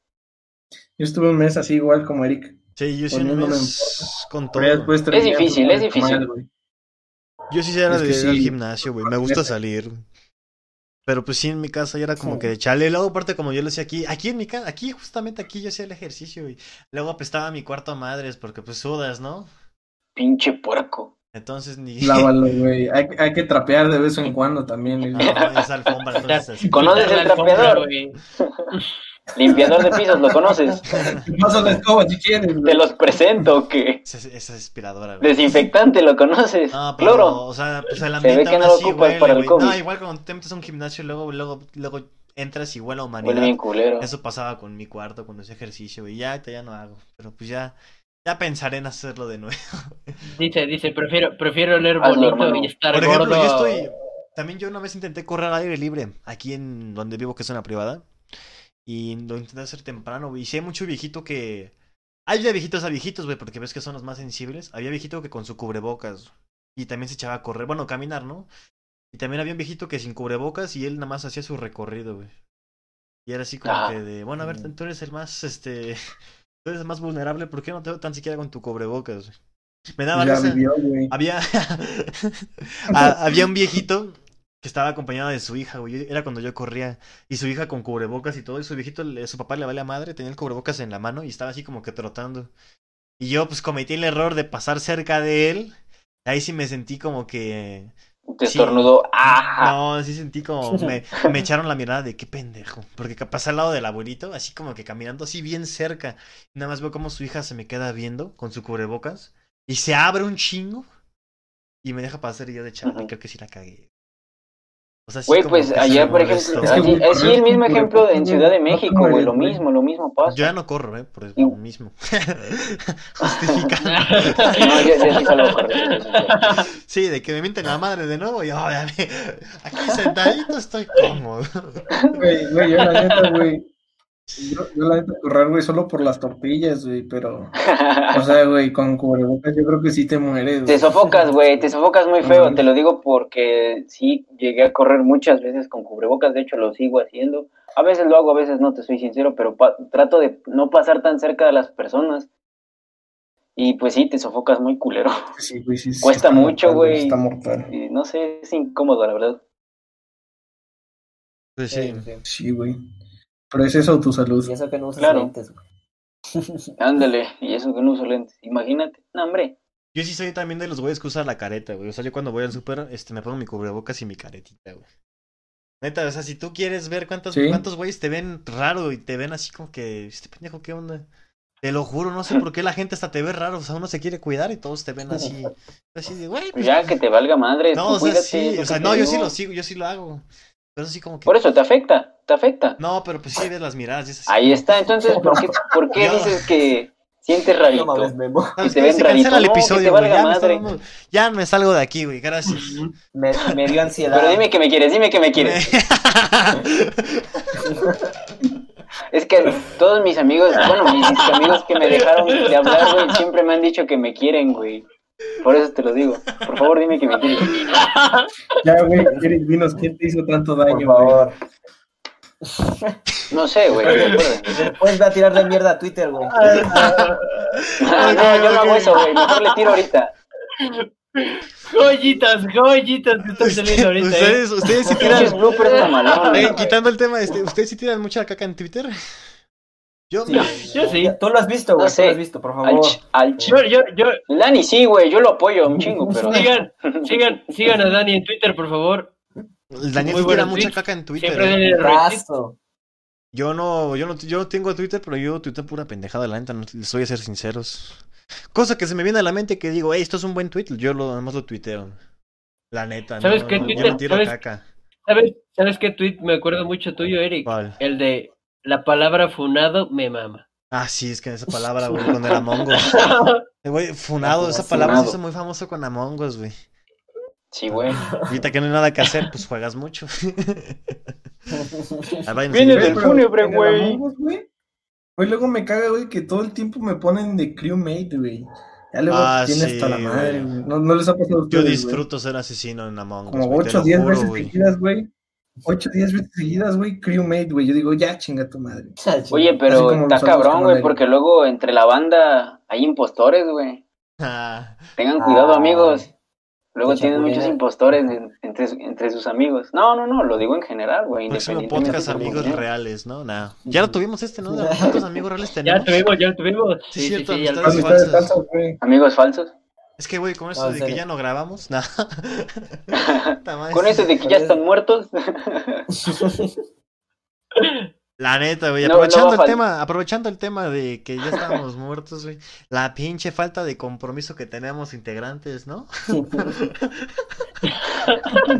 B: Yo estuve un mes así igual como Eric.
A: sí, yo sí un
B: Poniéndome en
A: mes con todo.
B: Pero ya después terminé
C: difícil,
B: todo
C: es difícil.
B: mal, güey.
A: Yo sí era
B: Es que
A: de ir al
B: sí.
A: gimnasio, güey. Me gusta salir. Pero pues sí, en mi casa ya era como
B: Sí.
A: que de chale. Y luego, aparte, como yo lo hacía aquí, aquí en mi casa, aquí justamente aquí yo hacía el ejercicio y luego apestaba mi cuarto a madres porque pues sudas, ¿no?
C: Pinche puerco.
A: Entonces ni.
B: Lávalo, güey. Hay, hay que trapear de vez en cuando también. güey.
A: No, es alfombra, entonces así.
C: ¿Conoces el
E: La alfombra,
C: trapeador?
E: güey.
C: Limpiador de pisos, ¿lo conoces?
B: Te paso la escoba si quieres,
C: Te
B: güey.
C: los presento, que
A: Esa, esa aspiradora, güey.
C: desinfectante, ¿lo conoces?
A: No, pero,
C: Cloro.
A: o sea, pues el
C: Se ve
A: ambiente
C: que
A: aún
C: no lo
A: así
C: ocupas
A: huele,
C: para el
A: güey.
C: COVID.
A: No, igual cuando te metes a un gimnasio, luego, luego, luego entras y huele a humanidad.
C: Huele bien culero.
A: Eso pasaba con mi cuarto, con ese ejercicio, y ya, ahorita ya no hago. Pero pues ya, ya pensaré en hacerlo de nuevo.
E: Dice, dice, prefiero, prefiero oler
C: Hazlo,
E: bonito
C: hermano.
E: y estar
A: Por ejemplo,
E: gordo.
A: yo estoy. También yo una vez intenté correr al aire libre, aquí en donde vivo, que es una privada. Y lo intenté hacer temprano, güey. Y si hay mucho viejito que. Hay de viejitos a viejitos, güey, porque ves que son los más sensibles. Había viejito que con su cubrebocas. Y también se echaba a correr, bueno, caminar, ¿no? Y también había un viejito que sin cubrebocas y él nada más hacía su recorrido, güey. Y era así como
C: Ah.
A: que de, bueno, a ver, tú eres el más, este. Tú eres el más vulnerable, ¿por qué no te veo tan siquiera con tu cubrebocas? güey? Me daba
B: Ya
A: risa.
B: vivió, güey.
A: Había, Ha- había un viejito que estaba acompañado de su hija, güey. Era cuando yo corría. Y su hija con cubrebocas y todo. Y su viejito, le- su papá le vale a madre, tenía el cubrebocas en la mano y estaba así como que trotando. Y yo, pues, cometí el error de pasar cerca de él. Ahí sí me sentí como que.
C: Te
A: sí.
C: estornudó. ¡Ajá!
A: No, sí sentí como. Me, me echaron la mirada de qué pendejo. Porque ca- pasé al lado del abuelito, así como que caminando así bien cerca. Nada más veo como su hija se me queda viendo con su cubrebocas. Y se abre un chingo. Y me deja pasar y yo de chaval,
C: Ajá.
A: creo que sí la cagué. O sea, sí
C: Güey,
A: como
C: pues
A: que
C: allá,
A: se
C: por
A: molestó.
C: ejemplo,
B: Es que,
C: así,
B: güey,
C: así el mismo ejemplo de- en Ciudad de
B: no
C: México,
B: como
C: güey,
B: el-
C: lo mismo, lo mismo pasa.
A: Yo ya no corro, ¿eh? Por lo mismo. Justifica.
C: No, yo, yo sí salgo corriendo, yo sí salgo.
A: Sí, de que me mienten la madre de nuevo. Y yo, "Ay, a mí- aquí sentadito estoy cómodo.
C: Eh,
B: Güey, güey, yo la neta, güey. Yo, yo la neta correr, güey, solo por las tortillas, güey, pero. O sea, güey, con cubrebocas yo creo que sí te mueres.
C: Te
B: güey.
C: sofocas, güey, te sofocas muy feo,
B: Ujú.
C: te lo digo porque sí llegué a correr muchas veces con cubrebocas, de hecho lo sigo haciendo. A veces lo hago, a veces no, te soy sincero, pero pa- trato de no pasar tan cerca de las personas. Y pues sí, te sofocas muy culero.
B: Sí, güey, sí, sí,
C: Cuesta
B: está
C: mucho,
B: mortal,
C: güey.
B: Está mortal.
C: Y no sé, es incómodo, la verdad.
A: Pues sí.
D: Sí, sí.
B: Sí, güey. Pero es eso tu salud.
D: Y eso que no usas
C: Claro.
D: lentes, güey.
C: Ándale, y eso que no uso lentes. Imagínate, no, hombre.
A: Yo sí soy también de los güeyes que usan la careta, güey. O sea, yo cuando voy al súper, este, me pongo mi cubrebocas y mi caretita, güey. Neta, o sea, si tú quieres ver cuántos,
B: Sí.
A: cuántos güeyes te ven raro y te ven así como que, este pendejo, ¿qué onda? Te lo juro, no sé por qué la gente hasta te ve raro, o sea, uno se quiere cuidar y todos te ven así, así de, güey, pues,
C: Ya que te valga madre.
A: no, o
C: tú
A: sea,
C: cuídate, es
A: sí,
C: lo
A: o
C: que
A: sea,
C: te
A: no, yo
C: digo.
A: sí lo sigo, yo sí lo hago, pero así como que,
C: Por eso te afecta, te afecta.
A: no, pero pues sí ves las miradas y es así,
C: Ahí está, entonces, ¿por qué, por qué
A: Ya.
C: dices que sientes
D: No
C: rarito?
D: mames, Memo.
A: ¿sabes
C: te
A: qué?
C: ven
A: Se cancela el
C: rarito, no, que te
A: episodio, güey,
C: valga
A: ya me, está
C: madre.
A: dando- ya me salgo de aquí, güey, gracias.
D: Me, me dio ansiedad.
C: Pero dime que me quieres, dime que me quieres. Es que todos mis amigos, bueno, mis disque amigos que me dejaron de hablar, güey, siempre me han dicho que me quieren, güey. Por eso te lo digo. Por favor, dime que me quieres.
B: Ya, güey, Eric, dinos quién te hizo tanto
D: Por
B: daño, güey.
D: favor.
C: No sé, güey, no me acuerdo.
D: Después va a tirar de mierda a Twitter, güey.
E: Ah,
C: No, no, yo no hago eso, güey. Mejor le tiro ahorita.
E: Joyitas, joyitas que están saliendo ahorita. ¿eh?
A: ustedes, ustedes sí tiran,
C: Pinches bloopers mamalón,
A: Oigan,
C: güey.
A: quitando el tema, este, ¿ustedes sí tiran mucha caca en Twitter? Yo
D: Sí.
A: me-
E: Yo sí.
D: Tú lo has visto, güey.
C: No sé.
D: Tú lo has visto, por
C: Al,
D: favor.
C: ch- al ch-
E: Yo, yo, yo,
C: Lani, sí, güey, yo lo apoyo un chingo, pero.
E: sigan, sigan, sigan a Dani en Twitter, por favor.
A: el Daniel sí
E: Muy
A: tira
E: buenos
A: mucha
E: tweets.
A: caca en Twitter.
E: Siempre
A: eh.
E: denle retweet.
D: Brazo.
A: Yo no, yo no, yo no tengo Twitter, pero yo tuiteo pura pendejada, la neta, no- les voy a ser sinceros. Cosa que se me viene a la mente que digo, hey, esto es un buen tweet, yo lo, además lo tuiteo. La neta, no,
E: ¿Sabes qué
A: no, yo
E: Twitter?
A: no tiro
E: ¿Sabes?
A: caca.
E: ¿Sabes, ¿Sabes qué tweet me acuerdo mucho tuyo, Eric?
A: ¿Cuál?
E: El de la palabra funado me mama.
A: Ah, sí, es que esa palabra, güey, cuando era Mongo. Güey, funado, esa palabra se hizo muy famoso con Among Us, güey.
C: Sí, güey.
A: Ahorita que no hay nada que hacer, pues juegas mucho. Ah, váyanse.
C: Viene
B: Güey,
C: del
B: pero
C: fúnebre,
B: en el
C: güey.
B: Among Us, güey. Güey, luego me caga, güey, que todo el tiempo me ponen de crewmate, güey. Ya luego
A: Ah,
B: tiene
A: sí,
B: hasta la madre,
A: güey.
B: güey. No, no les ha pasado a
A: Yo
B: ustedes, güey?
A: disfruto ser asesino en Among Us.
B: Como
A: güey,
B: 8 o
A: Pues, te lo
B: 10
A: juro,
B: veces
A: güey.
B: seguidas, güey. 8 o 10 veces seguidas, güey, crewmate, güey. Yo digo, ya, chinga tu madre.
C: Oye,
B: Así
C: pero
B: como
C: está
B: los otros
C: cabrón,
B: comandantes.
C: güey, porque luego entre la banda hay impostores, güey.
A: Ah,
C: Tengan cuidado,
D: Ah.
C: amigos. Luego
D: Mucha
C: tienen
D: culera.
C: muchos impostores en- entre, entre sus amigos. No, no, no, lo digo en general, güey.
A: Próximo
C: independientemente
A: Pues podcast
C: de cómo
A: amigos
C: sea.
A: reales, ¿no? Nah. Ya lo tuvimos este, ¿no? De ¿Cuántos amigos reales
E: Ya
A: tenemos?
E: lo tuvimos, ya lo tuvimos.
A: Sí, cierto,
E: ya lo
A: amistades
E: tuvimos.
B: Amistades
A: falsas.
B: falsas, güey.
C: Amigos falsos.
A: Es que, güey, con eso
D: No, en
A: de que
D: serio.
A: ya no grabamos, nada.
C: Con eso de que ya están muertos.
A: La neta, güey,
C: No, no
A: aprovechando
C: va a
A: el
C: fal-
A: tema, aprovechando el tema de que ya estábamos muertos, güey. La pinche falta de compromiso que tenemos integrantes, ¿no?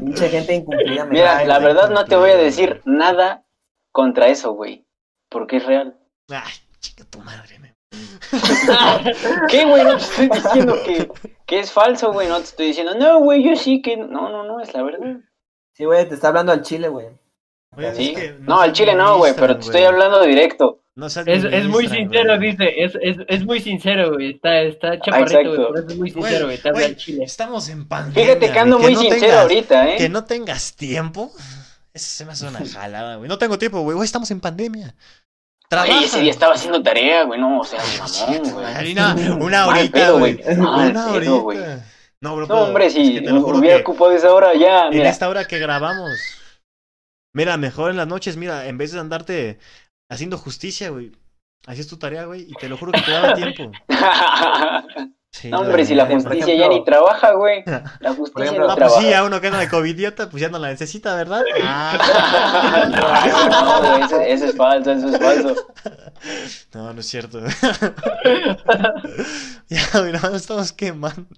D: Mucha gente incumplida. me
C: Mira,
D: cae,
C: la
D: güey.
C: verdad no te voy a decir nada contra eso, güey. Porque es real.
A: Ay, chica tu madre, me.
C: ¿Qué, güey? No te estoy diciendo que, que es falso, güey. No te estoy diciendo, no, güey, yo sí que. No, no, no, es la verdad.
D: Sí, güey, te está hablando al chile, güey.
A: Oye,
C: Sí.
A: es que
C: No, al chile no, güey, pero te estoy
A: administran,
C: hablando directo.
A: No se
E: Es, es muy
A: administran,
E: sincero,
A: güey. Ah,
E: dice. Es, es, es muy sincero, güey. Está, está chaparrito, güey.
C: exacto.
E: Pero es
A: Güey,
E: muy sincero, güey. Está
A: güey,
E: al chile.
A: Estamos en pandemia.
C: Fíjate que ando
A: güey, no
C: muy sincero
A: tengas-
C: ahorita, ¿eh?
A: Que no tengas tiempo. Eso se me hace una jalada, güey. No tengo tiempo, güey. Güey, estamos en pandemia. Trabaja.
C: Oye, ese día estaba haciendo tarea, güey, no, o sea,
A: Chica
C: mamón,
A: tu madre,
C: güey.
A: Una, una
C: Mal
A: horita,
C: pedo,
A: güey.
C: güey. Mal
A: Una
C: pedo,
A: horita.
C: güey.
A: No, bro,
C: No, hombre,
A: es
C: si
A: que te lo juro
C: hubiera
A: que-
C: ocupado esa hora ya,
A: en
C: mira.
A: esta hora que grabamos. Mira, mejor en las noches, mira, en vez de andarte haciendo justicia, güey. Hacías tu tarea, güey, y te lo juro que te daba tiempo. Sí,
C: no, hombre, si la
A: neta.
C: justicia
D: ejemplo-
C: ya ni trabaja, güey. La
D: Por
C: justicia
D: ejemplo-
A: Ah,
C: no
A: pues sí,
C: trabaja.
A: a uno que anda de covidiota, pues ya no la necesita, ¿verdad? Ah.
C: No, güey, eso, eso es falso, eso es falso.
A: No, no es cierto. ya, güey, nada más estamos quemando.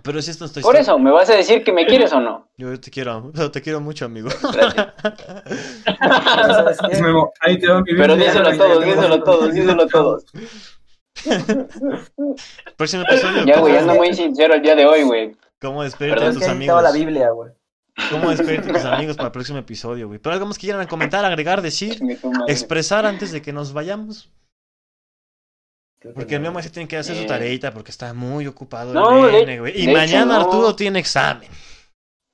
A: Pero si esto estoy
C: Por eso, ¿me vas a decir que me quieres o no?
A: Yo te quiero, te quiero mucho, amigo.
C: Gracias.
D: Pero, ¿sabes qué?
B: Memo, Ahí te va mi
C: Pero
B: Biblia,
C: díselo a
B: güey,
C: todos,
B: ya te
C: díselo a
B: voy
C: todos, díselo a todos.
A: Próximo episodio.
C: Ya, güey,
A: ¿cómo,
C: ando muy sincero el día de hoy, güey.
A: cómo despedirte de
C: Perdón,
D: Es
A: tus
D: que ahí estaba
A: amigos?
D: la Biblia, güey.
A: ¿Cómo despedirte de tus amigos para el próximo episodio, güey? Pero algo más que quieran comentar, agregar, decir,
C: Chingue tu madre.
A: expresar antes de que nos vayamos.
D: Creo que
A: Porque el
D: no.
A: Memo sí tiene que hacer su
C: Eh.
A: tareita porque está muy ocupado el
C: No, de-
A: nene, güey. Y
C: de hecho,
A: mañana
C: no.
A: Arturo tiene examen.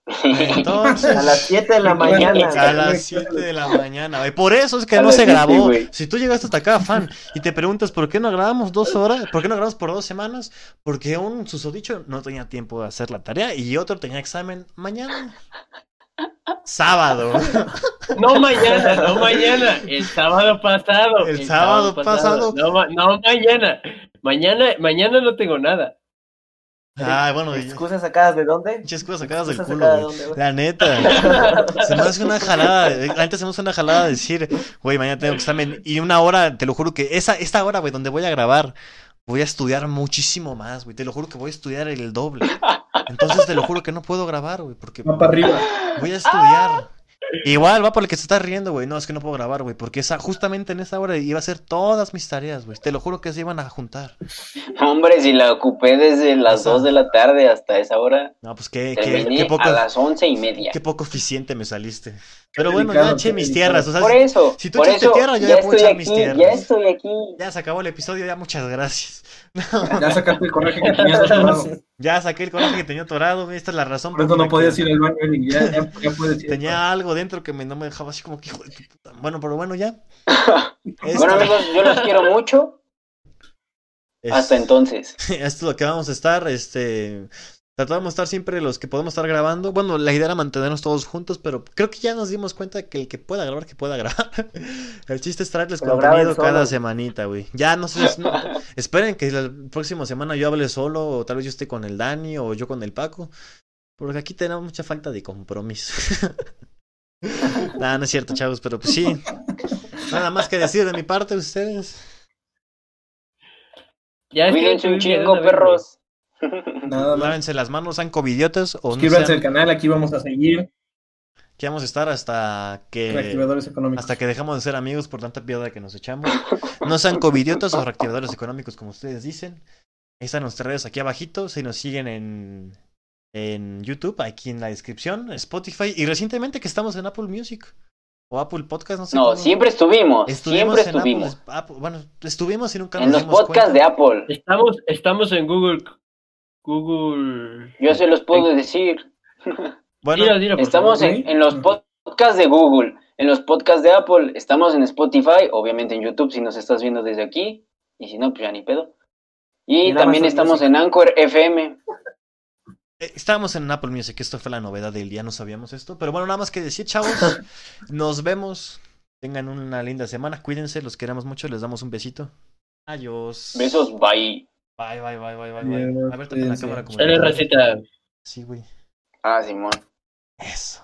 A: Entonces.
D: A las 7 de la mañana.
A: A
D: güey.
A: las 7 de la mañana, güey. Por eso es que
C: A
A: no
C: las
A: se
C: siete,
A: grabó.
C: güey.
A: Si tú llegaste hasta acá, fan, y te preguntas por qué no grabamos dos horas, por qué no grabamos por dos semanas, porque un susodicho no tenía tiempo de hacer la tarea y otro tenía examen mañana. Sábado.
E: No mañana, no mañana. El sábado pasado.
A: El sábado pasado.
E: No, ma- no mañana. Mañana, mañana no tengo nada.
A: Ay, bueno, y-
D: ¿Excusas sacadas de dónde?
A: pinches cosas sacadas del
D: ¿Excusas
A: culo,
D: sacadas de
A: güey.
D: dónde, güey?
A: La neta. Se me hace una jalada. eh, Antes se me hace una jalada decir, güey, mañana tengo examen. Y una hora, te lo juro que esa, esta hora, güey, donde voy a grabar, voy a estudiar muchísimo más, güey. Te lo juro que voy a estudiar el doble. Entonces te lo juro que no puedo grabar, güey, porque
B: Va para arriba.
A: voy a estudiar. Igual va por el que se está riendo, güey. No, es que no puedo grabar, güey. Porque esa, justamente en esa hora iba a hacer todas mis tareas, güey. Te lo juro que se iban a juntar.
C: Hombre, si la ocupé desde las
A: Ajá.
C: 2 de la tarde hasta esa hora.
A: No, pues qué, qué,
C: Terminé
A: qué poco,
C: a las once y media.
A: qué poco eficiente me saliste. Pero
B: Qué
A: bueno, ya
B: delicado,
A: eché
B: qué
A: mis
B: delicado.
A: tierras. O sea,
C: por eso,
A: si tú
C: por
A: echaste
C: eso,
A: tierra, yo ya puedo
C: estoy
A: echar
C: aquí,
A: mis tierras.
C: ya estoy aquí.
A: Ya se acabó el episodio, ya muchas gracias.
B: Ya sacaste el coraje que tenías atorado.
A: Ya saqué el coraje que tenía atorado, güey, esta es la razón
B: Por eso
A: la
B: no
A: que
B: podías ir al baño, Eric, Ya, ya, ya puedes ir.
A: Tenía algo dentro que me, no me dejaba así como que hijo de tu puta. Bueno, pero bueno, ya. Este, Esto
C: Bueno, amigos, yo los quiero mucho.
A: es-
C: Hasta entonces.
A: Esto es lo que vamos a estar, este... Tratamos de estar siempre los que podemos estar grabando. Bueno, la idea era mantenernos todos juntos, pero creo que ya nos dimos cuenta que el que pueda grabar, que pueda grabar. El chiste es traerles
D: Que lo
A: contenido
D: graben solo.
A: cada semanita, güey. Ya no sé, no- esperen que la próxima semana yo hable solo, o tal vez yo esté con el Dani, o yo con el Paco. Porque aquí tenemos mucha falta de compromiso. Nah, no es cierto, chavos, pero pues sí. Nada más que decir de mi parte, ustedes.
E: Ya estoy
C: Cuídense un
E: en tu Biblia de
C: chingo,
E: una vez,
C: perros.
B: Nada más.
A: Lávense las manos, sean covidiotas o no
B: Suscríbanse
A: sean-
B: al canal, aquí vamos a seguir.
A: que vamos a estar hasta que
B: Reactivadores
A: Eh,
B: económicos.
A: hasta que dejamos de ser amigos por tanta piedra que nos echamos. No sean covidiotas o reactivadores económicos como ustedes dicen. Ahí están nuestras redes aquí abajito, si nos siguen en en YouTube, aquí en la descripción, Spotify y recientemente que estamos en Apple Music o Apple Podcast, no sé.
C: No,
A: cómo.
C: siempre estuvimos.
A: Estuvimos
C: siempre
A: en Apple-
C: estuvimos.
A: Apple, bueno, estuvimos y nunca
C: En
A: nos
C: los
A: dimos
C: podcasts de
A: cuenta.
C: Apple.
E: güey. Estamos, estamos en Google. Google.
C: Yo se los puedo decir.
A: Bueno,
E: Dilo, dilo, por
C: Estamos en,
B: güey.
C: en los podcasts de Google. En los podcasts de Apple. Estamos en Spotify. Obviamente en YouTube si nos estás viendo desde aquí. Y si no, pues ya ni pedo.
D: Y
C: Y
D: en
C: también
D: Amazon
C: estamos
D: Music.
C: en Anchor FM.
A: eh, estábamos en Apple Music, esto fue la novedad del día, no sabíamos esto. Pero bueno, nada más que decir, chavos, nos vemos. Tengan una linda semana, cuídense, los queremos mucho, les damos un besito. Adiós.
C: Besos, bye.
A: Bye, bye, bye, bye, bye. bye.
B: Adiós,
A: A ver, también la
B: cuídense.
A: cámara como.
E: Sale, racita.
A: Sí, güey.
C: Ah, Simón.
A: Eso.